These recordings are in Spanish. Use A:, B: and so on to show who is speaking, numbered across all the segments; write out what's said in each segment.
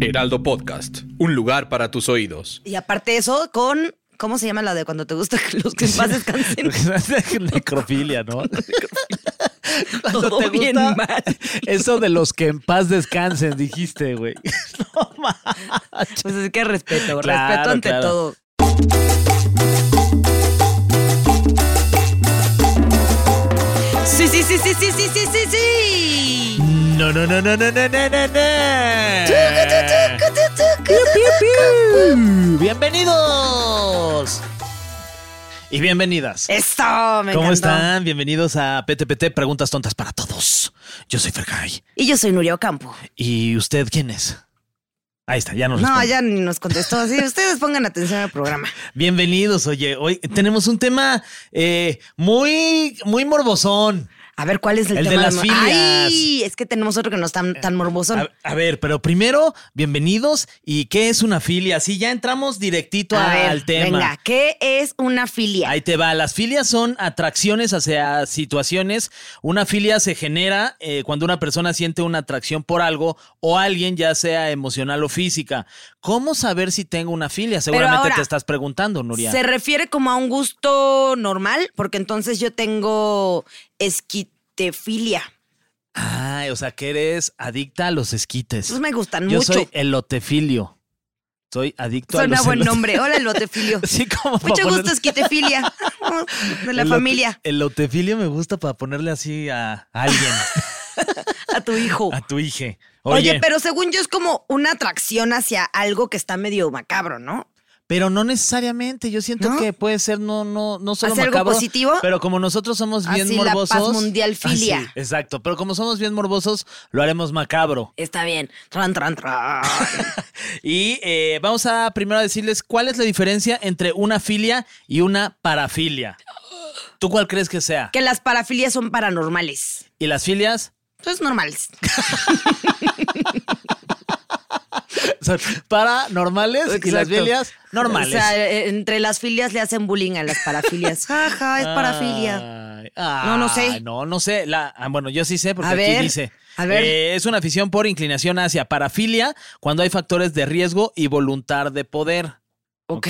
A: Heraldo Podcast, un lugar para tus oídos.
B: Y aparte eso, con. ¿Cómo se llama la de cuando te gusta que los que más descansen?
C: Necrofilia, ¿no? Cuando
B: Todo
C: te
B: bien
C: gusta
B: mal.
C: Eso de los que en paz descansen, dijiste, güey. No manches.
B: Pues es que respeto,
C: Claro,
B: respeto ante
C: claro.
B: todo. Sí, sí, sí, sí, sí, sí, sí, sí, sí.
C: No, no, no, no, no, no, no, no, no. Bienvenidos y bienvenidas.
B: Eso, Eh, me
C: ¿Cómo
B: encantó.
C: están? Bienvenidos a PTPT Preguntas Tontas para Todos. Yo soy Fergay.
B: Y yo soy Nuria Ocampo.
C: ¿Y usted quién es? Ahí está, ya nos
B: No,
C: responde.
B: ya ni nos contestó así. Ustedes pongan atención al programa.
C: Bienvenidos, oye, hoy tenemos un tema eh, muy, muy morbosón.
B: A ver, ¿cuál es el,
C: El de
B: tema?
C: las
B: mo-
C: filias. Eh,
B: Ay, es que tenemos otro que no es tan, tan morboso.
C: A, a ver, pero primero, bienvenidos y qué es una filia. Así ya entramos directito
B: A ver,
C: ah, al tema.
B: venga, ¿qué es una filia?
C: Ahí te va. Las filias son atracciones hacia situaciones. Una filia se genera eh, cuando una persona siente una atracción por algo o alguien, ya sea emocional o física. ¿Cómo saber si tengo una filia? Seguramente
B: ahora,
C: te estás preguntando, Nuria.
B: Se refiere como a un gusto normal, porque entonces yo tengo esquitefilia.
C: Ay, o sea, que eres adicta a los esquites.
B: Esos me gustan
C: Yo
B: mucho.
C: soy elotefilio. Soy adicto a
B: Suena
C: los
B: buen
C: elotes.
B: nombre. Hola, elotefilio.
C: Sí, como para
B: Mucho
C: poner-
B: gusto, esquitefilia. De la
C: Elote-
B: familia.
C: Elotefilio me gusta para ponerle así a alguien,
B: A tu hijo.
C: a tu hija.
B: Oye, pero según yo es como una atracción hacia algo que está medio macabro, ¿no?
C: Pero no necesariamente, yo siento
B: ¿No?
C: que puede ser no no no solo
B: ¿Hacer algo
C: macabro,
B: positivo?
C: pero como nosotros somos bien
B: Así la paz
C: morbosos,
B: mundial filia.
C: Así, exacto, pero como somos bien morbosos, lo haremos macabro.
B: Está bien. Tran, tran, tran.
C: Y eh, vamos a primero decirles cuál es la diferencia entre una filia y una parafilia. ¿Tú cuál crees que sea?
B: que las parafilias son paranormales.
C: ¿Y las filias?
B: Entonces, normales.
C: Son paranormales y las
B: Exacto.
C: filias normales.
B: O sea, eh, entre las filias le hacen bullying a las parafilias. Jaja, es parafilia.
C: Ay, ay,
B: No, no sé.
C: No, no sé. La, ah, bueno, yo sí sé porque
B: A
C: aquí
B: ver,
C: dice.
B: a ver.
C: eh, es una afición por inclinación hacia parafilia cuando hay factores de riesgo y voluntad de poder.
B: Ok.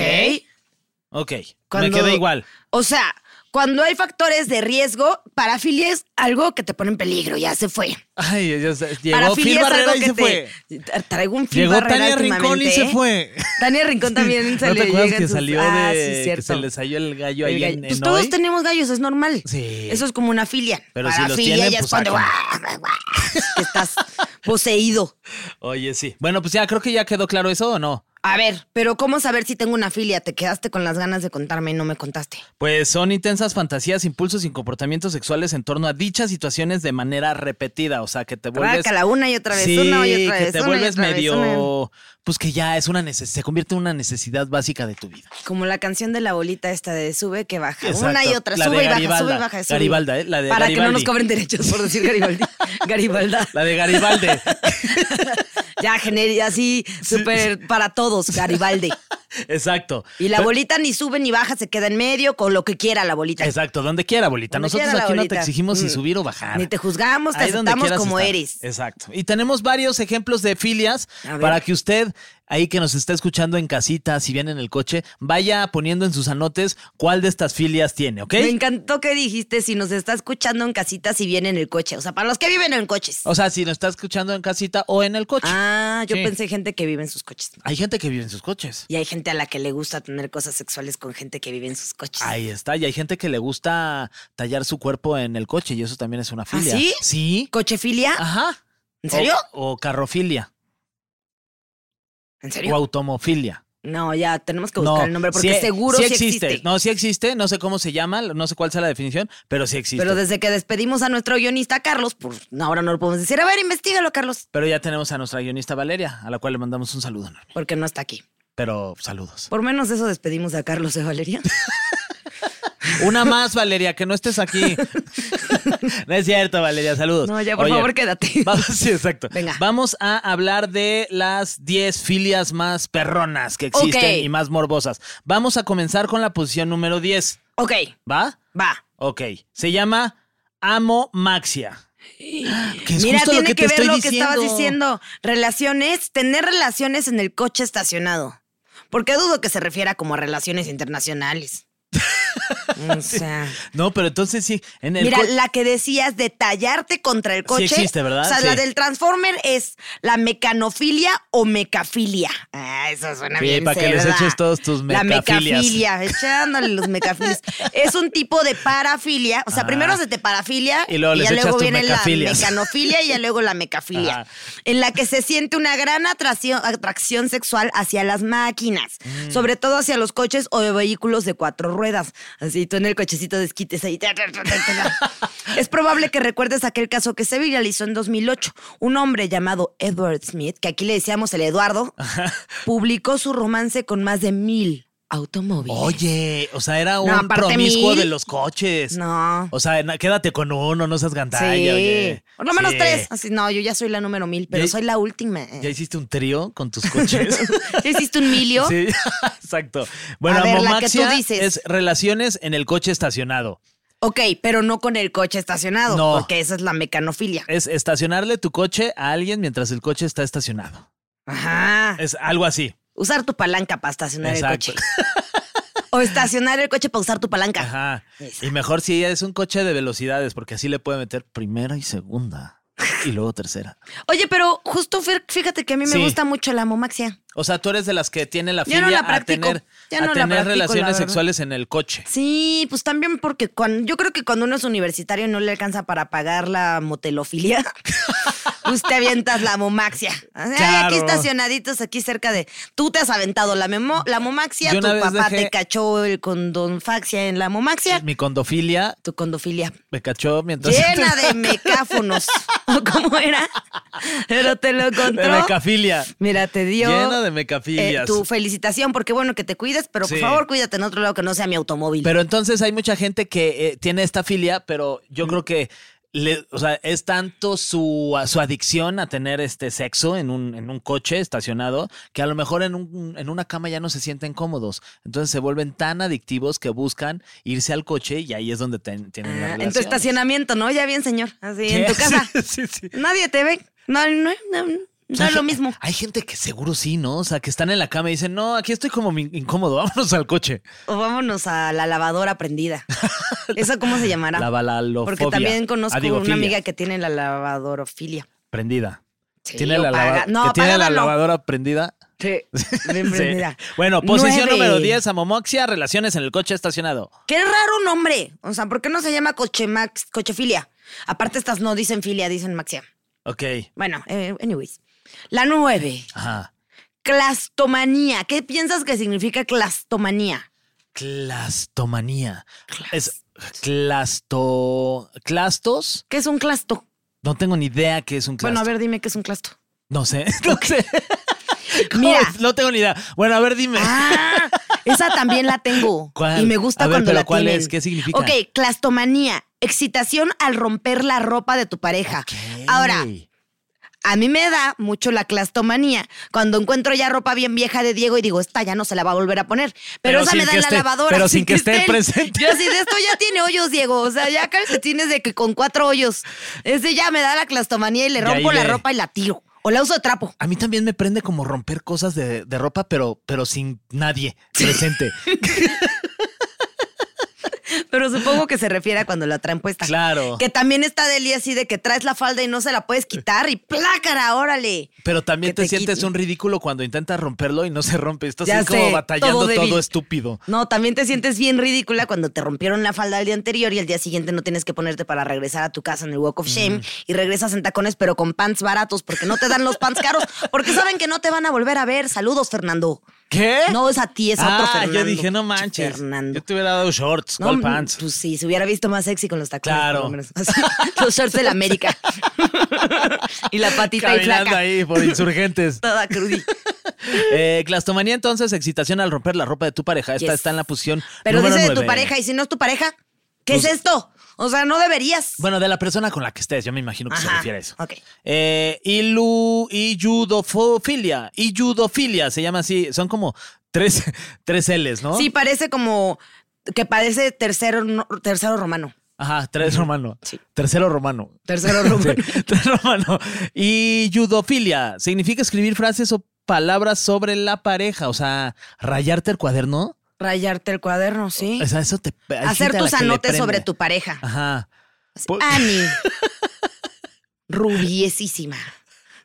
C: Ok.
B: Cuando-
C: Me queda igual.
B: O sea, cuando hay factores de riesgo, parafilia es algo que te pone en peligro, ya se fue.
C: Ay, ya sé, llegó
B: Parafilia
C: Phil
B: es
C: Barrera
B: algo
C: y
B: que
C: se
B: te-
C: fue.
B: Tra- Traigo un Phil
C: Llegó
B: Barrera
C: Tania Rincón y
B: últimamente,
C: se
B: ¿eh?
C: fue.
B: Tania Rincón también se
C: ¿No
B: le
C: te acuerdas
B: llegan
C: que
B: sus-
C: salió
B: Ah, sí,
C: de que
B: cierto.
C: se le salió el gallo
B: El
C: ahí
B: gallo.
C: en,
B: Pues
C: en
B: todos
C: hoy?
B: tenemos gallos, es normal.
C: Sí.
B: Eso es como una filia.
C: Pero si los
B: parafilia
C: tienen,
B: ya
C: pues
B: es cuando
C: sáquenlo.
B: guau, guau, que estás poseído.
C: Oye, sí. Bueno, pues ya creo que ya quedó claro eso o no.
B: A ver, pero ¿cómo saber si tengo una filia? Te quedaste con las ganas de contarme y no me contaste.
C: Pues son intensas fantasías, impulsos y comportamientos sexuales en torno a dichas situaciones de manera repetida, o sea, que te vuelves
B: Rácala, una y otra vez,
C: Sí,
B: una y otra
C: que
B: vez,
C: te
B: una y
C: vuelves
B: otra vez,
C: medio
B: una
C: pues que ya es una neces- se convierte en una necesidad básica de tu vida.
B: Como la canción de la bolita esta de sube que baja.
C: Exacto,
B: Una y otra,
C: la
B: sube
C: de
B: y baja, sube
C: Garibalda.
B: y baja. sube y
C: Garibalda,
B: baja.
C: ¿eh? La de
B: Para que no nos
C: Garibaldi.
B: cobren derechos por decir Garibaldi. Garibalda.
C: La de Garibalde.
B: Ya, gener- así, súper para todos, Garibaldi.
C: Exacto.
B: Y la
C: Pero-
B: bolita ni sube ni baja, se queda en medio con lo que quiera la bolita.
C: Exacto, donde quiera, bolita.
B: Donde
C: Nosotros
B: quiera la
C: aquí no te
B: bolita.
C: exigimos si
B: Mm.
C: subir o bajar.
B: Ni te juzgamos, te
C: Ahí donde
B: aceptamos
C: quieras
B: como
C: estar.
B: eres.
C: Exacto. Y tenemos varios ejemplos de filias
B: A ver.
C: para que usted, ahí que nos está escuchando en casita, si viene en el coche, vaya poniendo en sus anotes cuál de estas filias tiene, ¿ok?
B: Me encantó que dijiste si nos está escuchando en casita, si viene en el coche. O sea, para los que viven en coches.
C: O sea, si nos está escuchando en casita o en el coche.
B: Ah, yo
C: Sí.
B: pensé gente que vive en sus coches.
C: Hay gente que vive en sus coches.
B: Y hay gente a la que le gusta tener cosas sexuales con gente que vive en sus coches.
C: Ahí está, y hay gente que le gusta tallar su cuerpo en el coche y eso también es una filia.
B: ¿Ah, sí?
C: Sí.
B: ¿Cochefilia?
C: Ajá.
B: ¿En serio?
C: O, o carrofilia
B: ¿En
C: o
B: serio?
C: oh, automofilia.
B: No, ya tenemos que buscar el nombre porque
C: sí- e-
B: seguro
C: sí
B: sí existe.
C: No, sí existe, no sé cómo se llama, no sé cuál sea la definición, pero sí existe.
B: Pero
C: Pero,
B: desde que despedimos a nuestro guionista Carlos, pues no, ahora no lo podemos decir. A ver, investigalo, Carlos,
C: ya tenemos a nuestra guionista Valeria, a la cual le mandamos un saludo enorme.
B: porque no está aquí.
C: Pero saludos.
B: Por menos eso despedimos a Carlos de Valeria.
C: Una más, Valeria, que no estés aquí. no es cierto, Valeria, saludos.
B: No, ya, por
C: Oye,
B: favor, quédate.
C: Vamos, sí, exacto.
B: Venga.
C: Vamos a hablar de las 10 filias más perronas que existen
B: Ok.
C: y más morbosas. Vamos a comenzar con la posición número 10,
B: ok,
C: ¿va?
B: va.
C: Ok. Se llama Amo Maxia. Que es
B: Mira,
C: justo
B: tiene
C: lo que,
B: que,
C: te
B: ver
C: estoy
B: lo que
C: diciendo.
B: estabas diciendo. Relaciones, tener relaciones en el coche estacionado. Porque dudo que se refiera como a relaciones internacionales. o sea.
C: No, pero entonces sí. En el
B: Mira,
C: co-
B: la que decías de tallarte contra el coche.
C: existe, ¿verdad?
B: O sea, la
C: Sí.
B: del Transformer es la mecanofilia o mecafilia. Ah, eso suena
C: Sí,
B: bien.
C: para que les
B: cerda.
C: eches todos tus
B: La
C: mecafilias.
B: mecafilia, echándole los mecafilias. es un tipo de parafilia. O sea,
C: Ah.
B: primero se te parafilia
C: Y luego les
B: ya
C: echas
B: luego
C: tus
B: viene la
C: mecafilias.
B: mecanofilia y ya luego la mecafilia.
C: Ajá.
B: En la que se siente una gran atracción, atracción sexual hacia las máquinas,
C: Mm.
B: sobre todo hacia los coches o vehículos de cuatro ruedas. Así tú en el cochecito desquites ahí. ta, ta, ta, ta, ta. es probable que recuerdes aquel caso que se viralizó en 2008. Un hombre llamado Edward Smith, que aquí le decíamos el Eduardo, publicó su romance con más de mil automóviles.
C: Oye, o sea, era un
B: aparte
C: promiscuo
B: mil.
C: de los coches.
B: No.
C: O sea, na- quédate con uno, no seas
B: Sí.
C: gandalla, oye.
B: Por lo menos
C: Sí.
B: tres. Así, no, yo ya soy la número mil, pero
C: Ya-
B: soy la última. eh.
C: ¿Ya hiciste un trío con tus coches?
B: ¿Ya hiciste un milio?
C: Sí, exacto. Bueno,
B: A ver, la que tú
C: amomaxia
B: dices.
C: es relaciones en el coche estacionado.
B: Ok, pero no con el coche estacionado,
C: No.
B: porque esa es la mecanofilia.
C: Es estacionarle tu coche a alguien mientras el coche está estacionado.
B: Ajá.
C: Es algo así.
B: Usar tu palanca para estacionar
C: Exacto.
B: el coche. O estacionar el coche para usar tu palanca.
C: Ajá.
B: Esa.
C: Y mejor si es un coche de velocidades, porque así le puede meter primera y segunda. Y luego tercera.
B: Oye, pero justo Fer, fíjate que a mí me
C: Sí.
B: gusta mucho la momaxia.
C: O sea, tú eres de las que tiene la
B: Ya
C: filia
B: no la
C: a
B: practico.
C: tener,
B: Ya
C: a
B: no la
C: tener
B: practico, la
C: relaciones
B: verdad.
C: sexuales en el coche.
B: Sí, pues también porque cuando, yo creo que cuando uno es universitario y no le alcanza para pagar la motelofilia, pues te avientas la momaxia. Ay,
C: Claro.
B: Aquí estacionaditos, aquí cerca de... Tú te has aventado la, memo, la momaxia,
C: Yo
B: tu
C: una vez
B: papá
C: dejé-
B: te cachó el condonfaxia en la momaxia,
C: Mi condofilia
B: tu condofilia.
C: me cachó mientras.
B: Llena de mecáfonos. ¿O ¿Cómo era? Pero te lo
C: de
B: encontró.
C: mecafilia.
B: Mira, te dio
C: Llena de
B: eh,
C: mecafilias.
B: tu felicitación, porque bueno que te cuides, pero por
C: Sí.
B: favor cuídate en otro lado que no sea mi automóvil.
C: Pero entonces hay mucha gente que eh, tiene esta filia, pero yo creo que le- o sea, es tanto su, a- su adicción a tener este sexo en un, en un coche estacionado que a lo mejor en, un- en una cama ya no se sienten cómodos. Entonces se vuelven tan adictivos que buscan irse al coche y ahí es donde ten- tienen
B: Ah,
C: una
B: en tu estacionamiento, ¿no? Ya bien, señor. Así, en tu casa.
C: sí, sí.
B: Nadie te ve. No, no, no, no,
C: O sea,
B: es lo
C: hay-
B: mismo.
C: Hay gente que seguro sí, ¿no? O sea, que están en la cama y dicen, no, aquí estoy como mi- incómodo, vámonos al coche.
B: O vámonos a la lavadora prendida. ¿Eso cómo se llamará?
C: La balalofobia.
B: Porque también conozco
C: Ah, digo,
B: una
C: filia.
B: amiga que tiene la lavadorofilia.
C: Prendida.
B: Sí,
C: tiene la,
B: apaga-
C: lava-
B: No,
C: que tiene la
B: apágalo.
C: lavadora prendida.
B: Sí, bien
C: Sí.
B: prendida.
C: Bueno, posición
B: Nueve.
C: número 10, Amomoxia, relaciones en el coche estacionado.
B: Qué raro nombre. O sea, ¿por qué no se llama coche max, cochefilia? Aparte, estas no dicen filia, dicen maxia.
C: Ok.
B: Bueno, eh, anyways. La nueve.
C: Ajá.
B: Clastomanía. ¿Qué piensas que significa clastomanía?
C: Clastomanía. Es clasto. Clastos.
B: ¿Qué es un clasto?
C: No tengo ni idea qué es un clasto.
B: Bueno, a ver, dime qué es un clasto.
C: No sé. No sé. ¿Cómo
B: Mira.
C: es? No tengo ni idea. Bueno, a ver, dime.
B: Ah, esa también la tengo.
C: ¿Cuál?
B: Y me gusta
C: A ver,
B: cuando
C: pero
B: la
C: ¿cuál
B: tienen.
C: es? ¿Qué significa?
B: Ok, clastomanía. Excitación al romper la ropa de tu pareja.
C: Ok.
B: Ahora, a mí me da mucho la clastomanía cuando encuentro ya ropa bien vieja de Diego y digo, esta ya no se la va a volver a poner. Pero,
C: Pero
B: esa
C: sin
B: me da
C: que
B: en la
C: esté-
B: lavadora.
C: pero sin que esté
B: estén.
C: presente.
B: Yo así de esto ya tiene hoyos, Diego. O sea, ya calcetines de que con cuatro hoyos. Ese ya me da la clastomanía y le
C: Ya
B: rompo la
C: iré.
B: ropa y la tiro. O la uso de trapo.
C: A mí también me prende como romper cosas de, de ropa, pero, pero sin nadie presente.
B: Pero supongo que se refiere a cuando la traen puesta.
C: Claro.
B: Que también está Deli así de que traes la falda y no se la puedes quitar y plácara, órale.
C: Pero también
B: que
C: te,
B: te
C: sientes
B: quiten.
C: un ridículo cuando intentas romperlo y no se rompe. Estás
B: Ya
C: así como
B: sé,
C: batallando
B: todo
C: todo,
B: débil.
C: estúpido.
B: No, también te sientes bien ridícula cuando te rompieron la falda el día anterior y al día siguiente no tienes que ponerte para regresar a tu casa en el Walk of Shame y regresas en tacones pero con pants baratos porque no te dan los pants caros porque saben que no te van a volver a ver. Saludos, Fernando.
C: ¿Qué?
B: No, es a ti, es a otro
C: ah,
B: Fernando.
C: yo dije, no manches.
B: Fernando.
C: Yo te hubiera dado shorts,
B: No,
C: col pants.
B: Pues sí, se hubiera visto más sexy con los tacones.
C: Claro.
B: por lo menos. Así, los shorts de la América. y la patita y
C: Caminando
B: flaca.
C: ahí por insurgentes.
B: Toda crudi.
C: Eh, clastomanía, entonces, excitación al romper la ropa de tu pareja. Esta
B: Yes.
C: está en la posición.
B: Pero
C: número
B: dice de tu
C: nueve. Pues
B: pareja, y si no es tu pareja, ¿qué es esto? O sea, no deberías.
C: Bueno, de la persona con la que estés, yo me imagino que se
B: Ajá,
C: refiere a eso.
B: ok.
C: Eh, ilu, iyudofofilia, iyudofilia, se llama así. Son como tres, tres L's, ¿no?
B: Sí, parece como que parece tercero, no- tercero romano.
C: Ajá, tres romano.
B: Sí.
C: Tercero romano.
B: Tercero romano.
C: Sí, tres romano. Y judofilia significa escribir frases o palabras sobre la pareja. O sea, rayarte el cuaderno.
B: Rayarte el cuaderno, ¿sí?
C: O sea, eso te. hay
B: Hacer
C: gente a la
B: tus
C: que
B: anotes
C: le prende. Ah, pues.
B: sobre tu pareja.
C: Ajá. Por-
B: Ani. Rubiesísima.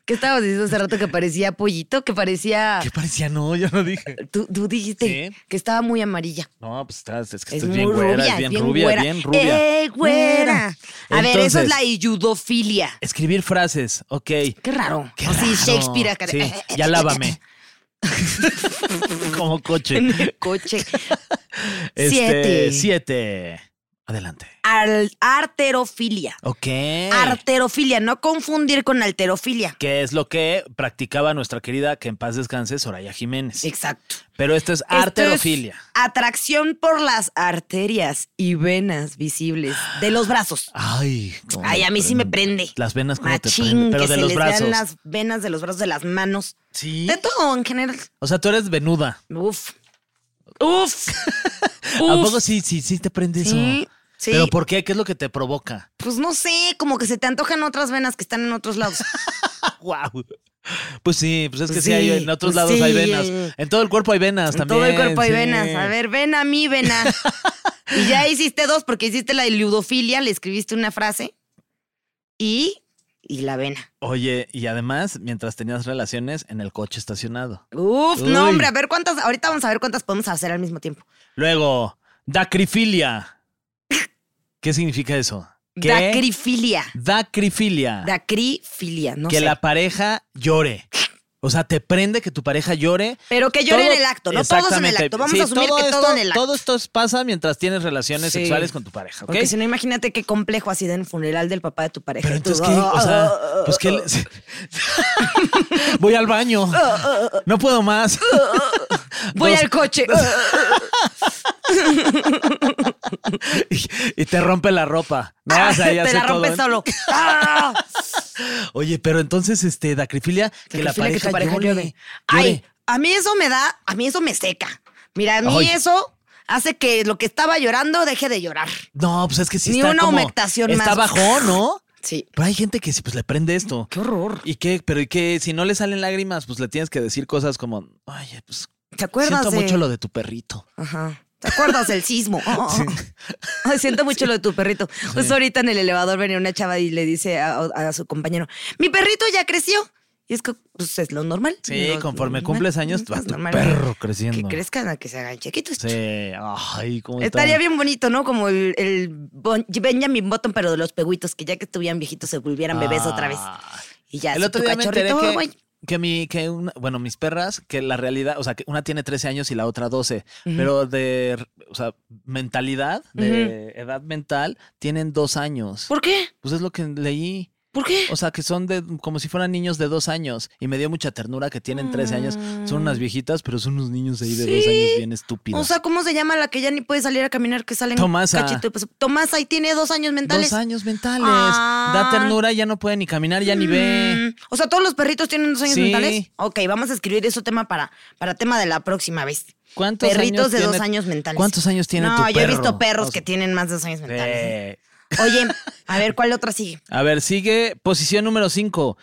B: ¿Qué estabas diciendo hace rato que parecía pollito? Que parecía.
C: ¿Qué parecía? No, yo no dije.
B: Tú, tú dijiste
C: Sí.
B: que estaba muy amarilla.
C: No, pues estás, es que
B: Es
C: estás
B: muy
C: bien güera,
B: rubia,
C: es bien,
B: bien
C: rubia,
B: güera.
C: bien rubia.
B: ¡Eh, güera! A ver, eso es
C: Entonces-
B: la iudofilia.
C: Escribir frases, ok.
B: Qué raro.
C: Qué
B: Así
C: raro.
B: Shakespeare acá de- eh,
C: Sí, ya lávame. Como
B: en
C: coche.
B: el coche.
C: Este,
B: Siete.
C: Siete. Adelante.
B: Al- arterofilia.
C: Ok.
B: Arterofilia, no confundir con alterofilia.
C: que es lo que practicaba nuestra querida que en paz descanse Soraya Jiménez.
B: Exacto.
C: Pero esto es
B: Esto es
C: arterofilia.
B: atracción por las arterias y venas visibles de los brazos.
C: Ay, cómo
B: Ay, a mí sí me prende.
C: Oh, Las venas como te
B: Machín,
C: prende, pero
B: que
C: de
B: se
C: los
B: les
C: brazos.
B: vean las venas de los brazos, de las manos.
C: Sí.
B: De todo en general.
C: O sea, tú eres venuda.
B: Uf. Uf.
C: ¿A
B: Uf.
C: poco sí, sí, sí te prende
B: Sí,
C: eso?
B: sí.
C: ¿Pero por qué? ¿Qué es lo que te provoca?
B: Pues no sé, como que se te antojan otras venas que están en otros lados.
C: wow. Pues sí, pues es que
B: Pues
C: sí, hay,
B: sí,
C: en otros
B: pues
C: lados hay
B: sí.
C: venas. En todo el cuerpo hay venas
B: en
C: también.
B: Pues todo el cuerpo hay
C: sí.
B: venas. A ver, ven a mí, vena. y ya hiciste dos porque hiciste la iludofilia, le escribiste una frase y, y la vena.
C: Oye, y además, mientras tenías relaciones en el coche estacionado.
B: Uf,
C: Uy.
B: no, hombre, a ver cuántas. Ahorita vamos a ver cuántas podemos hacer al mismo tiempo.
C: Luego, dacrifilia. ¿Qué significa eso? ¿Qué?
B: Dacrifilia.
C: Dacrifilia.
B: Dacrifilia, no
C: que
B: sé.
C: la pareja llore. O sea, te prende que tu pareja llore.
B: Pero que llore
C: Todo-
B: en el acto, no todos en el
C: Exactamente.
B: acto. Vamos
C: Sí,
B: a asumir que
C: esto,
B: todo en el acto.
C: Todo esto pasa mientras tienes relaciones
B: Sí.
C: sexuales con tu pareja, ¿ok?
B: Porque si no, pues, imagínate qué complejo así de en funeral del papá de tu pareja.
C: Pero
B: Y tú,
C: entonces, ¿qué? O sea, pues que... Voy al baño. No puedo más.
B: Voy
C: Dos-
B: al coche.
C: Y, y te rompe la ropa. No, o sea, ya
B: te
C: sé
B: la
C: todo,
B: rompes
C: ¿eh?
B: solo. Ah.
C: Oye, pero entonces, este, dacrifilia, que la
B: Prefiero
C: pareja,
B: que tu pareja
C: llore.
B: llore. Ay,
C: llore.
B: a mí eso me da, a mí eso me seca. Mira, a mí
C: Ay.
B: eso hace que lo que estaba llorando deje de llorar.
C: No, pues es que sí
B: Ni
C: está
B: una
C: como-
B: humectación
C: Está
B: más.
C: bajón, ¿no?
B: Sí.
C: Pero hay gente que sí, pues le prende esto.
B: Qué horror.
C: ¿Y qué? Pero ¿y qué? Si no le salen lágrimas, pues le tienes que decir cosas como, oye, pues
B: ¿Te acuerdas?
C: siento
B: de-
C: mucho lo de tu perrito.
B: Ajá. ¿Te acuerdas del sismo? Oh, oh, oh. Ay, siento mucho lo de tu perrito. Justo ahorita en el elevador venía una chava y le dice a, a su compañero, mi perrito ya creció. Y es que, pues, es lo normal.
C: Sí,
B: Digo, "Mm, es
C: conforme
B: normal.
C: cumples años,
B: Es
C: va tu
B: normal
C: perro
B: que-
C: creciendo.
B: Que crezcan, a que se hagan chiquitos.
C: Sí, ay, cómo está?
B: Estaría bien bonito, ¿no? Como el, el Bon- Benjamin Button, pero de los peguitos, que ya que estuvieran viejitos se volvieran bebés otra vez.
C: Ah.
B: Y ya,
C: El
B: si
C: otro
B: tu
C: día me enteré
B: cachorrito,
C: que,
B: güey.
C: que mi, que una- bueno, mis perras, que la realidad, o sea, que una tiene 13 años y la otra 12, pero de, o sea, mentalidad, de edad mental, tienen dos años.
B: ¿Por qué?
C: Pues es lo que leí.
B: ¿Por qué?
C: O sea, que son de como si fueran niños de dos años. Y me dio mucha ternura que tienen 13 años. Son unas viejitas, pero son unos niños ahí de dos años bien estúpidos.
B: Mm. O sea, ¿cómo se llama la que ya ni puede salir a caminar que sale en
C: Tomasa.
B: cachito de peso? Tomasa y tiene dos años mentales.
C: dos años mentales.
B: Ah.
C: Da ternura, ya no puede ni caminar, ya ni ve.
B: Mm, O sea, todos los perritos tienen dos años
C: Sí.
B: mentales. Ok, vamos a escribir eso tema para, para tema de la próxima vez.
C: ¿Cuántos
B: Perritos
C: años
B: de dos
C: tiene-
B: años mentales.
C: ¿Cuántos años tiene
B: no,
C: tu
B: yo he
C: perro?
B: visto perros
C: O sea,
B: que tienen más de dos años mentales.
C: Eh,
B: Oye, a ver, ¿cuál otra sigue?
C: A ver, sigue posición número 5,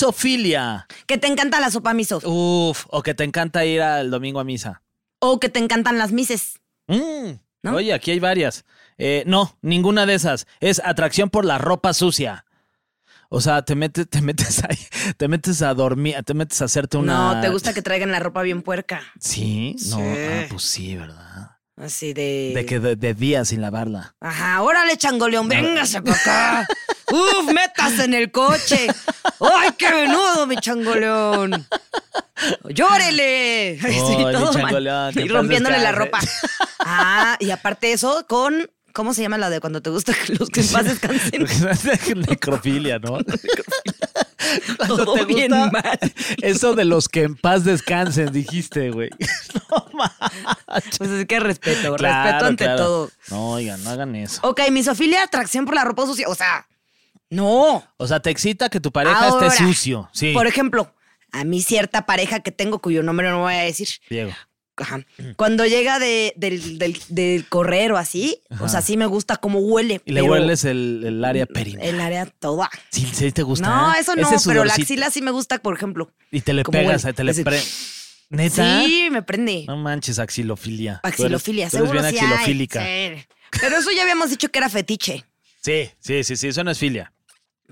C: misofilia.
B: Que te encanta la sopa miso.
C: Uf, o que te encanta ir al domingo a misa.
B: O que te encantan las mises.
C: Mm,
B: ¿No?
C: Oye, aquí hay varias. Eh, no, ninguna de esas. Es atracción por la ropa sucia. O sea, te metes, te metes ahí, te metes a dormir, te metes a hacerte una.
B: No, te gusta que traigan la ropa bien puerca.
C: Sí, no,
B: Sí.
C: ah, pues sí, ¿verdad?
B: Así de.
C: De que de, de día sin lavarla.
B: Ajá, órale, changoleón, véngase para acá. Uf, metas en el coche. ¡Ay, qué menudo, mi changoleón! ¡Llórele! Sí,
C: Ay,
B: todo
C: mi
B: mal.
C: changoleón, que
B: Y
C: en paz
B: rompiéndole la ropa.
C: descanse.
B: Ah, y aparte eso, con. ¿Cómo se llama la de cuando te gusta que los que en paz descansen?
C: Necrofilia, ¿no? Cuando
B: Todo bien mal.
C: Eso de los que en paz descansen, dijiste, güey. No manches.
B: Pues es que respeto, respeto
C: Claro,
B: ante
C: claro.
B: todo.
C: No, oigan, no hagan eso.
B: Ok, misofilia, atracción por la ropa sucia. O sea, no.
C: O sea, te excita que tu pareja
B: Ahora,
C: esté sucio. Sí.
B: Por ejemplo, a mí cierta pareja que tengo cuyo nombre no voy a decir.
C: Diego.
B: Ajá.
C: Mm.
B: Cuando llega de, del, del- del correr o así, o sea, sí me gusta cómo huele.
C: Y le
B: pero
C: hueles el, el área perina.
B: El área toda.
C: Sí, sí te gusta. eh?
B: No, eso no,
C: Ese
B: pero la
C: sudorcito.
B: axila sí me gusta, por ejemplo.
C: Y te le
B: como
C: pegas,
B: huele.
C: te le
B: Ese-
C: pre... ¿Neta?
B: Sí, me prende.
C: No manches, axilofilia. Tú eres-
B: Axilofilia,
C: tú eres
B: seguro
C: bien
B: sí hay.
C: axilofílica.
B: Sí. Pero eso ya habíamos dicho que era fetiche.
C: Sí, sí, sí, sí, eso no es filia.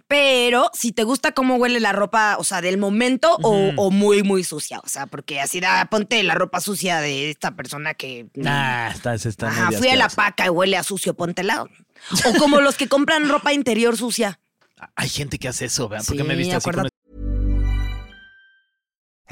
B: Pero si te gusta cómo huele la ropa, o sea, del momento o- o, muy, muy sucia. O sea, porque así da, ponte la ropa sucia de esta persona que.
C: Ah, estás, estás
B: Ajá,
C: medio
B: fui a la
C: asquerosa.
B: paca y huele a sucio, póntela. O como los que compran ropa interior sucia.
C: Hay gente que hace eso, ¿verdad? ¿Por qué
B: Sí,
C: me viste así con
B: acuérdate.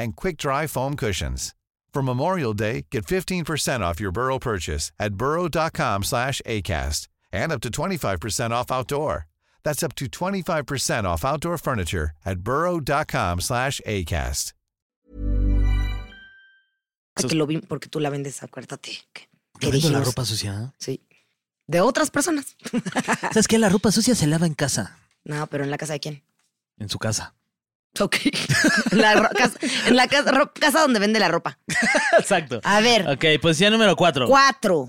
D: and quick-dry foam cushions. For Memorial Day, get 15% off your Burrow purchase at burrow.com/acast and up to 25% off outdoor. That's up to 25% off outdoor furniture at burrow.com/acast.
B: Ah, Que lo vi porque tú la vendes, acuérdate. Que, que
C: ¿Te vendo la
B: dijimos.
C: ropa sucia?
B: Sí. De otras personas.
C: ¿Sabes qué? La ropa sucia se lava en casa.
B: no, pero en la casa de quién.
C: En su casa.
B: Ok. La ro- casa- en la casa, ro- casa donde vende la ropa.
C: Exacto.
B: A ver,
C: Ok, posición número cuatro.
B: cuatro.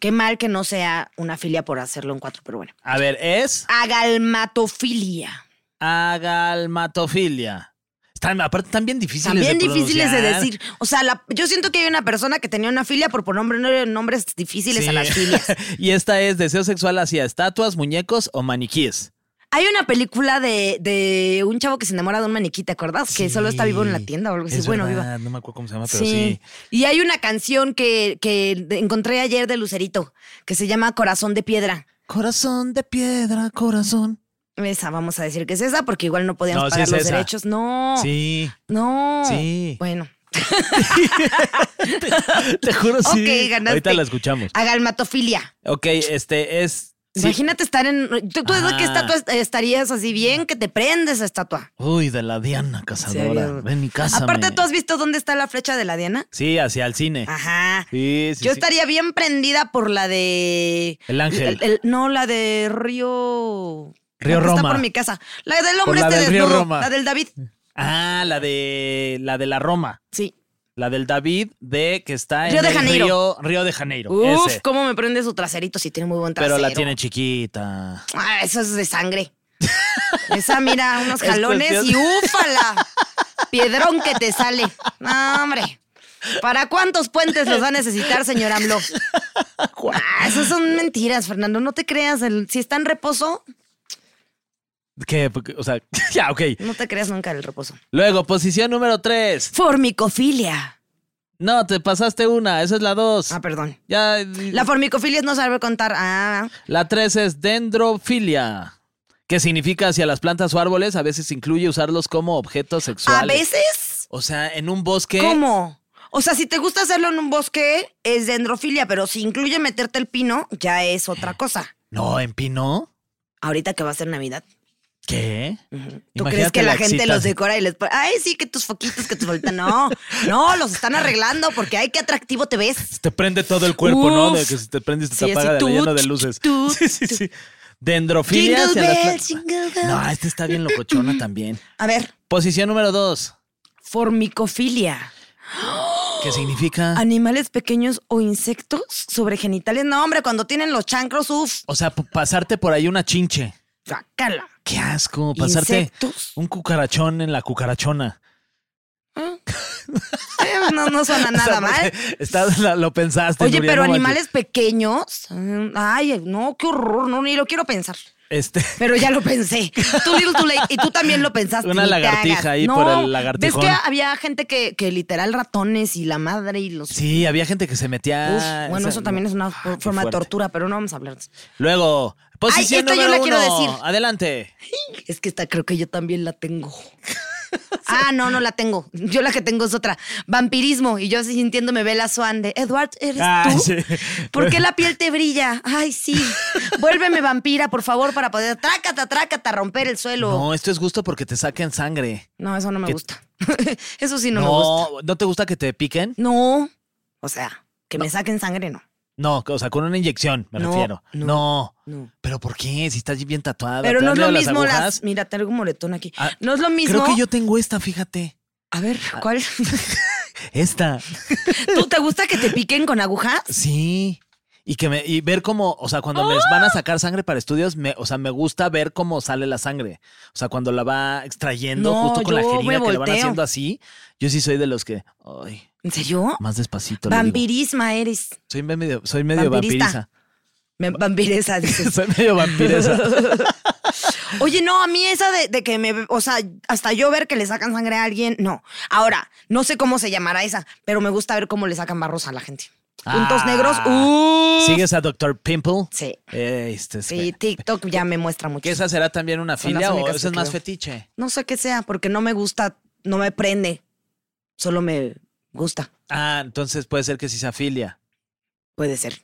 B: Qué mal que no sea una filia por hacerlo en cuatro, pero bueno.
C: A ver, es
B: Agalmatofilia.
C: agalmatofilia. Están, aparte, están bien difíciles
B: También
C: de
B: difíciles de
C: pronunciar.
B: decir. O sea, la- yo siento que hay una persona que tenía una filia por poner nombres difíciles
C: Sí.
B: a las filias.
C: y esta es deseo sexual hacia estatuas, muñecos o maniquíes.
B: Hay una película de, de un chavo que se enamora de un maniquí, ¿te acuerdas? Que solo está vivo en la tienda o algo así.
C: Es
B: bueno,
C: verdad,
B: viva.
C: No me acuerdo cómo se llama, pero sí.
B: Y hay una canción que, que de- encontré ayer de Lucerito, que se llama Corazón de Piedra.
C: Corazón de piedra, corazón.
B: Esa, vamos a decir que es esa, porque igual no podíamos
C: No, sí
B: pagar
C: es
B: los
C: esa.
B: derechos. No.
C: Sí.
B: No.
C: Sí.
B: Bueno.
C: Te juro, sí.
B: Ok, ganaste.
C: Ahorita la escuchamos.
B: Agalmatofilia.
C: Ok, este es. sí. Ah.
B: Imagínate estar en. ¿Tú, tú de
C: Ajá.
B: qué estatua est- estarías así
C: Mm.
B: bien que te prendes esa estatua?
C: Uy, de la Diana Cazadora.
B: Sería-
C: Ven y cásame.
B: Aparte, ¿tú has visto dónde está la flecha de la Diana?
C: Sí, hacia el cine.
B: Ajá.
C: Sí, sí.
B: Yo
C: sí.
B: estaría bien prendida por la de.
C: El ángel.
B: el- el- no, la de Río.
C: Río
B: la que Está
C: Roma.
B: por mi casa. La del hombre
C: Por la
B: este
C: del Río
B: desnudo,
C: Roma.
B: La del David.
C: Ah, la de. La de la Roma.
B: Sí.
C: La del David de que está
B: Río
C: en
B: de
C: el
B: Janeiro.
C: Río, Río de Janeiro.
B: Uf,
C: ese.
B: cómo me prende su traserito si tiene muy buen
C: Pero
B: trasero.
C: la tiene chiquita.
B: Ah, eso es de sangre. Esa, mira, unos
C: Es
B: jalones
C: cuestión-
B: y úfala. Piedrón que te sale. No, hombre. ¿Para cuántos puentes los va a necesitar, señor AMLO? Ah, esas son mentiras, Fernando. No te creas. el- si está en reposo,
C: ¿Qué? Porque- O sea, ya, ok.
B: no te creas nunca el reposo.
C: Luego, posición número 3.
B: Formicofilia.
C: No, te pasaste una. Esa es la 2.
B: Ah, perdón.
C: Ya.
B: La formicofilia es no saber contar. Ah,
C: La 3 es dendrofilia, que significa hacia las plantas o árboles, a veces incluye usarlos como objetos sexuales.
B: a veces.
C: O sea, en un bosque.
B: ¿Cómo? O sea, si te gusta hacerlo en un bosque, es dendrofilia, pero si incluye meterte el pino, ya es
C: Eh.
B: otra cosa.
C: No, en pino.
B: ahorita que va a ser Navidad.
C: ¿Qué?
B: ¿Tú
C: Imagínate
B: crees que la, gente
C: excitación.
B: los decora y les pone, ay, sí, que tus foquitos, que tus bolitas? No, no, los están arreglando porque, ay, qué atractivo te ves.
C: Te prende todo el cuerpo, ¿no? De
B: Uf.
C: que si te prendes te,
B: Sí,
C: apaga
B: así,
C: de la
B: tut,
C: lleno de luces.
B: tut,
C: sí, sí, sí.
B: Jingle
C: Dendrofilia. hacia las
B: bell,
C: plantas. este
B: jingle bell.
C: No, esta está bien locochona también.
B: A ver,
C: Posición número 2.
B: Formicofilia.
C: ¿Qué significa?
B: Animales pequeños o insectos sobre genitales. No, hombre, cuando tienen los chancros, uff,
C: O sea, p- pasarte por ahí una chinche.
B: sacala.
C: Qué asco. Pasarte
B: Insectos.
C: un cucarachón en la cucarachona.
B: Eh, No, no suena
C: O sea,
B: nada
C: porque
B: mal.
C: estás- la- lo pensaste.
B: Oye,
C: Nuria,
B: pero
C: no manches.
B: animales pequeños. mm, Ay, no, qué horror. No, ni lo quiero pensar.
C: Este,
B: Pero ya lo pensé. Tú, little too late. Y tú también lo pensaste.
C: Una
B: ni te
C: lagartija
B: hagas.
C: ahí por el lagartijón.
B: ¿Ves que había gente que, que literal ratones y la madre y los.
C: sí, había gente que se metía.
B: Uf, bueno,
C: esa-
B: eso también es una
C: Ah, qué
B: forma de
C: fuerte.
B: tortura, pero no vamos a hablar de eso.
C: Luego, posición
B: esto yo
C: número
B: la quiero
C: uno.
B: decir.
C: Adelante.
B: Es que esta creo que yo también la tengo. ah, no, no la tengo. Yo la que tengo es otra. Vampirismo. Y yo así sintiéndome Bella Swan de Edward, ¿eres
C: Ah,
B: tú?
C: sí.
B: ¿Por qué la piel te brilla? Ay, sí. Vuélveme vampira, por favor, para poder trácata, trácata, romper el suelo. No,
C: No, esto es gusto porque te saquen sangre.
B: eso no me
C: ¿Qué-
B: gusta. eso sí no, me gusta.
C: No, ¿no te gusta que te piquen?
B: No. O sea, que me saquen sangre, no.
C: No, o sea, con una inyección, me
B: No,
C: refiero. No.
B: no,
C: ¿Pero por qué? Si estás bien tatuada.
B: Pero
C: ¿te
B: no
C: han
B: es lo
C: dado las
B: mismo
C: agujas?
B: las. Mira, tengo un moretón aquí.
C: Ah,
B: no es lo mismo.
C: Creo que yo Ah. tengo esta, fíjate.
B: A ver, ¿cuál?
C: Esta.
B: ¿Tú te gusta que te piquen con agujas?
C: Sí. Y que me, y ver cómo, o sea, cuando me
B: ¡Ah!
C: van a sacar sangre para estudios, me, o sea, me gusta ver cómo sale la sangre. O sea, cuando la va extrayendo
B: No,
C: justo con la
B: yo me
C: jeringa que le van
B: volteo.
C: haciendo así. Yo sí soy de los que, ay,
B: ¿En serio?
C: más despacito. le digo.
B: Vampirisma eres.
C: Soy medio, soy medio
B: Vampirista. Me- vampiresa,
C: vampiriza.
B: dices.
C: soy medio vampiresa.
B: Oye, no, a mí esa de, de que me. O sea, hasta yo ver que le sacan sangre a alguien, no. Ahora, no sé cómo se llamará esa, pero me gusta ver cómo le sacan barros a la gente. Puntos
C: Ah.
B: negros. ¡uh!
C: ¿Sigues a Dr. Pimple?
B: Sí.
C: Eh, este, es
B: Sí,
C: que-
B: TikTok ya me muestra mucho.
C: que esa será también una
B: Son
C: filia
B: las
C: o
B: únicas
C: esa es
B: que
C: más
B: creo.
C: fetiche.
B: No sé qué sea, porque no me gusta, no me prende. Solo me gusta.
C: Ah, entonces puede ser que sí sea filia.
B: Puede ser.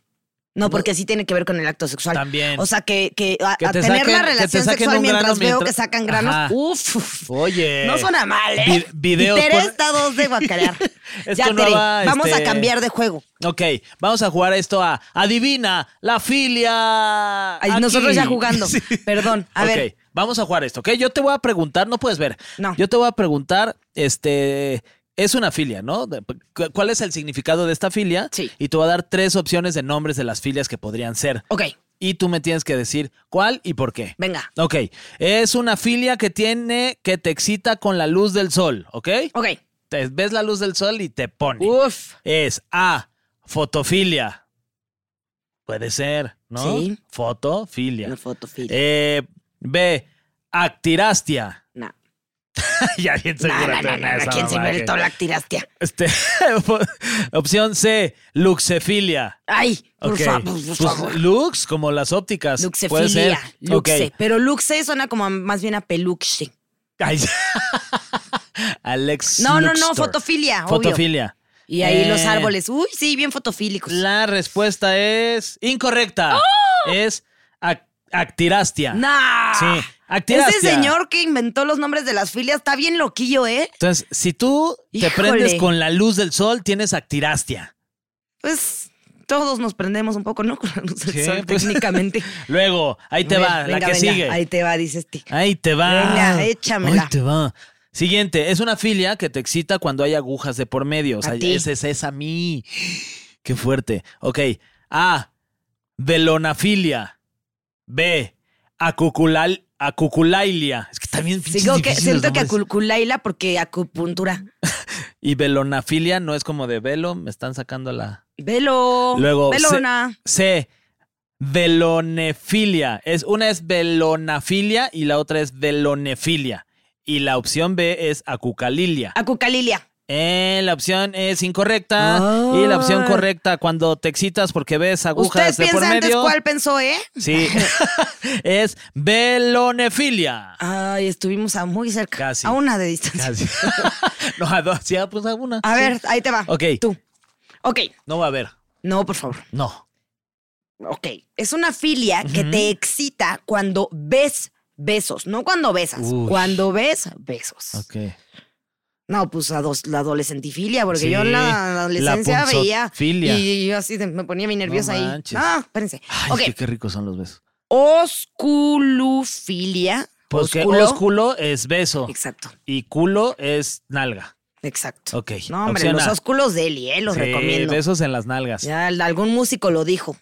B: No, porque sí tiene que ver con el acto sexual.
C: También.
B: O sea, que, que a,
C: Que
B: a
C: te
B: tener
C: saquen- que
B: la
C: te
B: relación
C: saquen
B: sexual
C: un grano
B: mientras veo que
C: mientras-
B: sacan granos.
C: Ajá.
B: Uf, uf.
C: Oye.
B: No suena mal,
C: vi-
B: ¿eh?
C: videos,
B: Y Tere
C: pon-
B: está a dos de guacarear.
C: Es
B: ya,
C: tu
B: Tere,
C: nueva,
B: vamos
C: este,
B: a cambiar de juego.
C: Ok, vamos a jugar esto a Adivina la filia.
B: Ay,
C: aquí.
B: nosotros ya jugando.
C: Sí.
B: Perdón. A
C: ok,
B: ver,
C: vamos a jugar esto, ¿ok? Yo te voy a preguntar, no puedes ver.
B: No.
C: Yo te voy a preguntar, este, es una filia, ¿no? De- cu- ¿Cuál es el significado de esta filia?
B: Sí.
C: Y te voy a dar tres opciones de nombres de las filias que podrían ser.
B: ok,
C: Y tú me tienes que decir cuál y por qué.
B: venga.
C: Ok, es una filia que tiene, que te excita con la luz del sol, ¿ok?
B: Ok.
C: Te ves la luz del sol y te pone.
B: Uf.
C: Es A, fotofilia. Puede ser, ¿no?
B: Sí.
C: Fotofilia.
B: La foto, Phil.
C: Eh, B, actirastia.
B: No.
C: ya bien
B: No,
C: segura
B: no,
C: tú
B: no,
C: en
B: no, no,
C: esa
B: ¿Quién se
C: mamá
B: inventó
C: que-
B: la actirastia?
C: Este, opción C, luxefilia.
B: Ay, por
C: Ok.
B: favor, por
C: Pues,
B: favor.
C: lux, como las ópticas. Puede ser.
B: Luxefilia,
C: Ok.
B: luxe. Pero luxe suena como a- más bien a peluche.
C: Ay, Alex.
B: No, no, no,
C: Luxtor.
B: fotofilia, obvio.
C: Fotofilia.
B: Y ahí los
C: Eh,
B: árboles. Uy, sí, bien fotofílicos.
C: La respuesta es incorrecta.
B: ¡Oh!
C: Es ac- actirastia.
B: ¡Nah!
C: Sí, actirastia.
B: Ah, Ese señor que inventó los nombres de las filias está bien loquillo, ¿eh?
C: Entonces, si tú te
B: Híjole.
C: prendes con la luz del sol, tienes actirastia.
B: Pues todos nos prendemos un poco, ¿no? Con la luz del
C: Sí,
B: sol,
C: pues.
B: técnicamente.
C: Luego, ahí te
B: Ven,
C: va, la
B: venga,
C: que
B: venga,
C: sigue.
B: Ahí
C: Ahí,
B: te va, este. dices ti.
C: te va.
B: Venga, échamela.
C: Ahí te va. Siguiente, es una filia que te excita cuando hay agujas de por medio. O sea,
B: A ti.
C: ese es, es a mí. Qué fuerte. Ok. A. Velonafilia. B. Acuculal, acuculailia. Es que también pinches
B: Sigo que,
C: difíciles
B: siento que
C: nombres.
B: acuculaila porque acupuntura.
C: Y velonafilia no es como de velo, me están sacando la.
B: Velo.
C: Luego,
B: Velona.
C: C. Velonefilia. Es, una es velonafilia y la otra es velonefilia. Y la opción B es acucalilia.
B: Acucalilia.
C: Eh, la opción es incorrecta. Y la opción
B: Ay.
C: correcta, cuando te excitas porque ves agujas
B: Ah. Ustedes
C: de por
B: piensan antes
C: medio.
B: cuál pensó, ¿eh?
C: Sí. es velonefilia.
B: Ay, estuvimos a muy cerca.
C: Casi.
B: A una de distancia.
C: Casi. no, a dos, ya, pues a una.
B: A ver, ahí te va.
C: Ok.
B: Tú. Ok.
C: No va a haber.
B: No, por favor.
C: No.
B: Ok. Es una filia que te excita cuando ves besos, no cuando besas,
C: Uy.
B: cuando ves besos.
C: Ok.
B: No, pues a dos, la adolescentifilia, porque
C: Sí,
B: yo en
C: la
B: la adolescencia veía
C: punzofilia.
B: y yo así de- me ponía bien nerviosa ahí.
C: manches.
B: Ah, espérense.
C: Ay,
B: ok.
C: qué, qué ricos son los besos.
B: Osculofilia.
C: Porque Pues
B: Ósculo.
C: ósculo es beso
B: Exacto.
C: y culo es nalga.
B: Exacto.
C: Ok,
B: No, hombre,
C: opción
B: los
C: A.
B: ósculos de Eli, ¿eh? Los
C: Sí,
B: recomiendo.
C: Besos en las nalgas.
B: Ya el- algún músico lo dijo.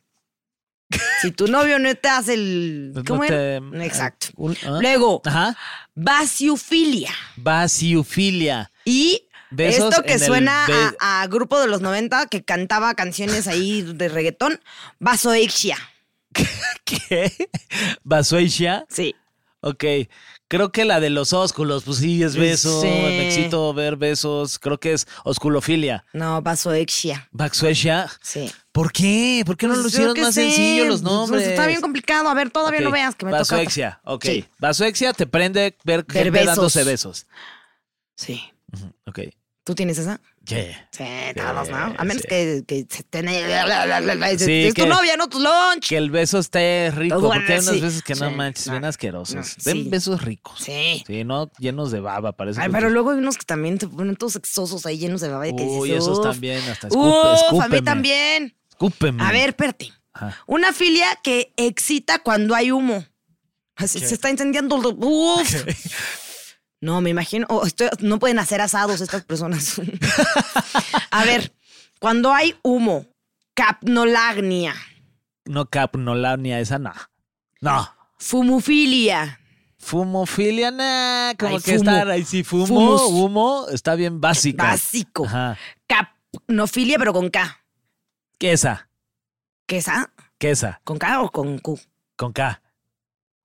B: Si tu novio no te hace el.
C: No
B: ¿Cómo era?
C: te-
B: Exacto.
C: Un- ah.
B: Luego,
C: Ajá.
B: vasiofilia.
C: Vasiofilia.
B: Y
C: Besos
B: esto que
C: en el
B: suena
C: be-
B: a, a grupo de los 90 que cantaba canciones ahí de reggaetón, vasoexia.
C: ¿Qué? Vasoexia.
B: Sí.
C: Ok. Creo que la de los ósculos, pues sí, es beso.
B: Sí.
C: Me excito ver besos. Creo que es osculofilia.
B: No, vasoexia.
C: Vasoexia.
B: Sí.
C: ¿por qué? ¿Por qué no
B: Pues
C: lo
B: yo
C: hicieron
B: qué
C: más
B: sé,
C: sencillo los
B: pues,
C: nombres?
B: Está bien complicado. A ver, todavía
C: Ok,
B: no veas que me
C: Vasoexia,
B: toca.
C: ok.
B: Sí.
C: Vasoexia te prende ver
B: Ver
C: gente
B: besos.
C: dándose besos.
B: Sí.
C: Ok.
B: ¿Tú tienes esa?
C: Yeah.
B: Sí, todos, ¿no?
C: Sí,
B: A menos
C: sí.
B: que, que se tenga.
C: Sí,
B: es tu
C: que-
B: novia, no tu lunch.
C: Que el beso esté rico,
B: Todo
C: porque hay unas
B: así.
C: veces que no
B: Sí,
C: manches,
B: no,
C: bien asquerosos.
B: no,
C: Ven
B: sí.
C: besos ricos.
B: Sí.
C: Sí, no llenos de baba, parece.
B: Ay,
C: que-
B: pero luego hay unos que también te ponen todos sexosos ahí llenos de baba y que dices,
C: Uy, esos
B: "Uf,
C: también, hasta escupe,
B: Uf, a mí
C: escúpeme.
B: también.
C: Escúpeme.
B: A ver, espérate.
C: Ajá.
B: Una filia que excita cuando hay humo. Así, se está incendiando. Uf. No, me imagino. oh, estoy- no pueden hacer asados estas personas. a ver, cuando hay humo, capnolagnia,
C: No capnolania, esa no. No.
B: fumufilia.
C: Fumofilia, nah, como
B: Ay,
C: que
B: fumo.
C: estar ahí. Si fumo,
B: Fumos.
C: humo, está bien básica.
B: Básico.
C: Ajá.
B: Capnofilia, pero con K.
C: ¿Qué esa?
B: ¿Qué es A?
C: ¿Qué esa?
B: ¿Con K o con Q?
C: Con K.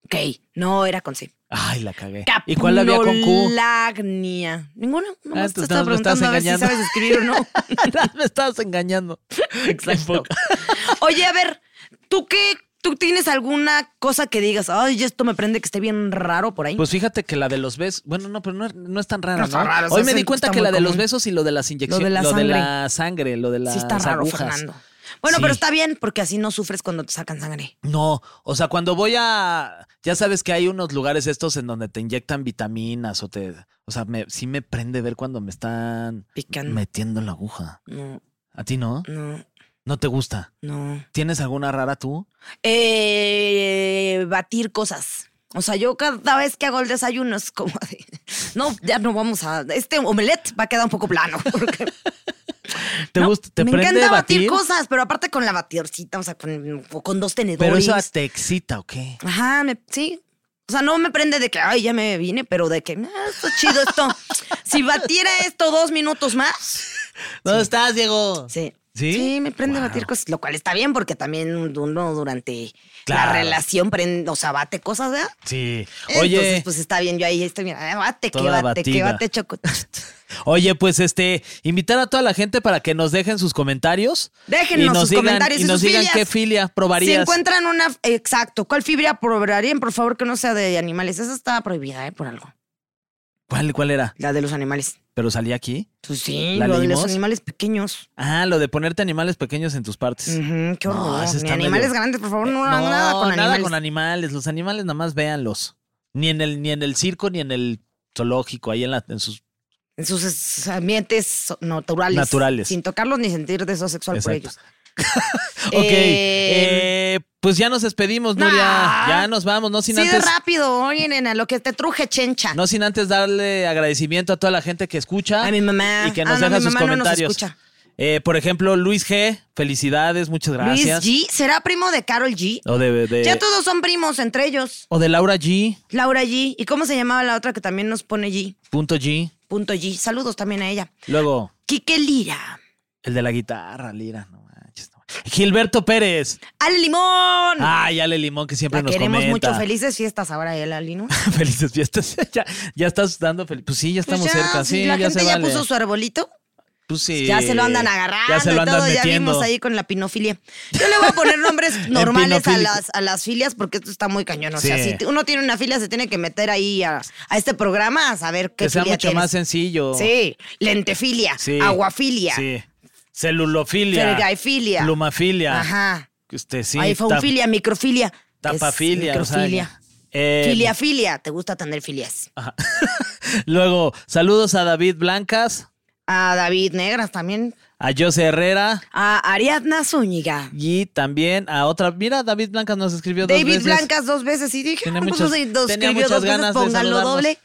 B: Ok, no era con C.
C: Ay, la cagué.
B: Capnolagnia.
C: ¿Y cuál había con Q? Ah,
B: Ninguna. Nomás te
C: entonces
B: estaba
C: no me estás
B: preguntando a ver si
C: engañando.
B: sabes escribir o no.
C: Me estabas engañando.
B: Exacto. Oye, a ver, ¿tú qué? ¿Tú tienes alguna cosa que digas, ay, esto me prende que esté bien raro por ahí?
C: Pues fíjate que la de los besos. Bueno, no, pero no, no es tan rara,
B: No
C: ¿no?
B: está raro,
C: Hoy
B: eso
C: me
B: es-
C: di cuenta
B: está
C: que
B: muy
C: la de los
B: común.
C: besos y lo de las inyecciones.
B: la
C: lo de
B: sangre.
C: la sangre, lo de las
B: sí está raro,
C: agujas.
B: Fernando. Bueno,
C: Sí.
B: pero está bien porque así no sufres cuando te sacan sangre.
C: No, o sea, cuando voy a. Ya sabes que hay unos lugares estos en donde te inyectan vitaminas o te. O sea, me, sí me prende ver cuando me están
B: Picando.
C: metiendo la aguja.
B: No,
C: ¿A ti no?
B: no,
C: ¿No te gusta?
B: no.
C: ¿Tienes alguna rara tú?
B: Eh, batir cosas. O sea, yo cada vez que hago el desayuno es como de, no, ya no vamos a, este omelette va a quedar un poco plano. porque-
C: ¿Te
B: No,
C: gusta? pues, ¿Te
B: me
C: prende
B: encanta batir?
C: batir?
B: cosas, pero aparte con la batidorcita, o sea, con, o con dos tenedores.
C: Pero eso te excita, ¿o qué?
B: Ajá, me- sí. O sea, no me prende de que, ay, ya me vine, pero de que, ah, esto es chido esto. si batiera esto dos minutos más.
C: ¿Dónde estás, Diego?
B: Sí.
C: ¿Sí?
B: me prende
C: Wow.
B: batir cosas, lo cual está bien porque también uno durante
C: Claro.
B: la relación prende, o sea, bate cosas, ¿verdad?
C: Sí.
B: Entonces,
C: Oye,
B: pues está bien, yo ahí estoy, mira, ah, bate, que
C: Toda
B: bate, que
C: batida.
B: bate, choco.
C: oye, pues este, invitar a toda la gente para que nos dejen sus comentarios.
B: Déjenos
C: y nos
B: sus
C: digan,
B: comentarios y
C: y nos
B: sus
C: digan
B: filias.
C: qué filia
B: Si
C: probarías.
B: encuentran una, exacto, ¿cuál fibra probarían? Por favor, que no sea de animales. Esa está prohibida, ¿eh? Por algo.
C: ¿Cuál, ¿Cuál era?
B: La de los animales.
C: Pero salía aquí.
B: Pues sí,
C: ¿La
B: lo de los
C: leímos?
B: animales pequeños.
C: Ah, lo de ponerte animales pequeños en tus partes.
B: Ujú, qué
C: No,
B: horror.
C: ese
B: Ni
C: está
B: animales
C: medio-
B: grandes, por favor,
C: Eh,
B: no, hagan nada con
C: nada
B: animales.
C: con animales. Los animales nada más véanlos. Ni en el, ni en el circo, ni en el zoológico, ahí en, la- en sus.
B: en sus es- ambientes so- naturales.
C: Naturales.
B: Sin tocarlos ni sentir deseo sexual por
C: Exacto.
B: ellos.
C: Ok.
B: Eh,
C: eh, pues ya nos despedimos,
B: Nah.
C: Nuria. Ya nos vamos, no sin
B: sí,
C: antes.
B: rápido, oye, nena, lo que te truje, chencha.
C: No sin antes darle agradecimiento a toda la gente que escucha.
B: A mi mamá.
C: Y que
B: Ah,
C: nos
B: no,
C: deja
B: mi
C: sus
B: mamá no nos
C: comentarios.
B: escucha.
C: Eh, por ejemplo, Luis G, felicidades, muchas
B: Luis
C: gracias.
B: G, ¿será primo de Carol G?
C: O de, de-
B: Ya todos son primos entre ellos.
C: o de Laura G.
B: Laura G. ¿Y cómo se llamaba la otra que también nos pone G?
C: Punto G.
B: Punto G. Saludos también a ella.
C: Luego,
B: Quique Lira.
C: el de la guitarra, Lira. No manches, no manches. Gilberto Pérez.
B: ¡Al limón!
C: Ay, Ale Limón, que Ah, siempre
B: la
C: nos
B: queremos
C: comenta.
B: mucho. Felices fiestas ahora, el Ali, ¿no?
C: Felices fiestas. ya, ya estás dando feliz. Pues sí, ya
B: Pues
C: estamos
B: ya,
C: cerca.
B: si
C: Sí,
B: la
C: ya
B: gente
C: se
B: ya
C: vale.
B: puso su arbolito.
C: Pues sí.
B: Ya se lo andan agarrando
C: Ya se
B: y
C: lo andan
B: todo.
C: metiendo.
B: Ya vimos ahí con la pinofilia. Yo le voy a poner nombres normales a
C: pinofílico.
B: las, a las filias porque esto está muy cañón. O sea,
C: Sí.
B: si t- uno tiene una filia, se tiene que meter ahí a, a este programa a saber qué
C: que sea
B: filia
C: mucho
B: tienes.
C: más sencillo.
B: Sí, lentefilia,
C: Sí.
B: aguafilia,
C: Sí. Celulofilia.
B: fergaifilia.
C: Plumafilia.
B: Ajá.
C: Este, sí.
B: Aifofilia, microfilia. que es
C: Tapafilia. o sea,
B: Microfilia.
C: eh,
B: Filiafilia, ¿te gusta tener filias?
C: ajá. Luego, saludos a David Blancas,
B: A David Negras también.
C: a José Herrera
B: A Ariadna Zúñiga.
C: y también a otra. Mira, David Blancas nos escribió dos
B: David
C: veces.
B: Blancas dos veces y dije,
C: Tenía
B: ah, pues,
C: muchas-
B: dos- dos
C: tenía
B: escribió
C: muchas
B: dos veces,
C: ganas de
B: pónganlo
C: saludarnos.
B: doble.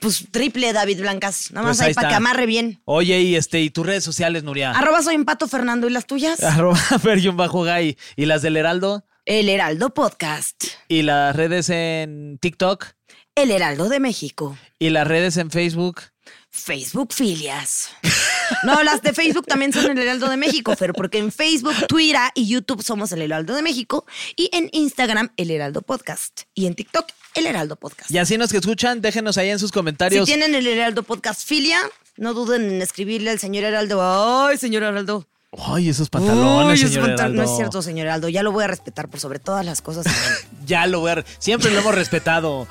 B: Pues triple David Blancas. Nada más
C: Pues
B: ahí,
C: ahí
B: para que
C: está.
B: amarre bien.
C: Oye, y este, y tus redes sociales, Nuria.
B: Arroba soy empato Fernando y las tuyas.
C: Arroba bajo gay. ¿Y las del Heraldo?
B: El Heraldo Podcast.
C: ¿Y las redes en TikTok?
B: El Heraldo de México.
C: ¿Y las redes en Facebook?
B: Facebook filias. No, las de Facebook también son el Heraldo de México, Fer, porque en Facebook, Twitter y YouTube somos el Heraldo de México y en Instagram, el Heraldo Podcast y en TikTok, el Heraldo Podcast.
C: Y así nos que escuchan, déjenos ahí en sus
B: Si
C: comentarios.
B: tienen el Heraldo Podcast filia, no duden en escribirle al señor Heraldo. Ay, señor Heraldo.
C: Ay, esos pantalones,
B: Ay, esos
C: señor
B: pantal-
C: Heraldo.
B: No es cierto, señor Heraldo. Ya lo voy a respetar por sobre todas las cosas. señor.
C: Ya lo ver. Siempre lo hemos respetado.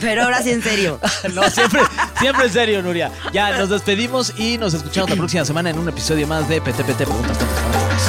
B: Pero ahora sí, en serio.
C: No, siempre, siempre en serio, Nuria. Ya, nos despedimos y nos escuchamos la próxima semana en un episodio más de PTPT Preguntas Tontas para Locos.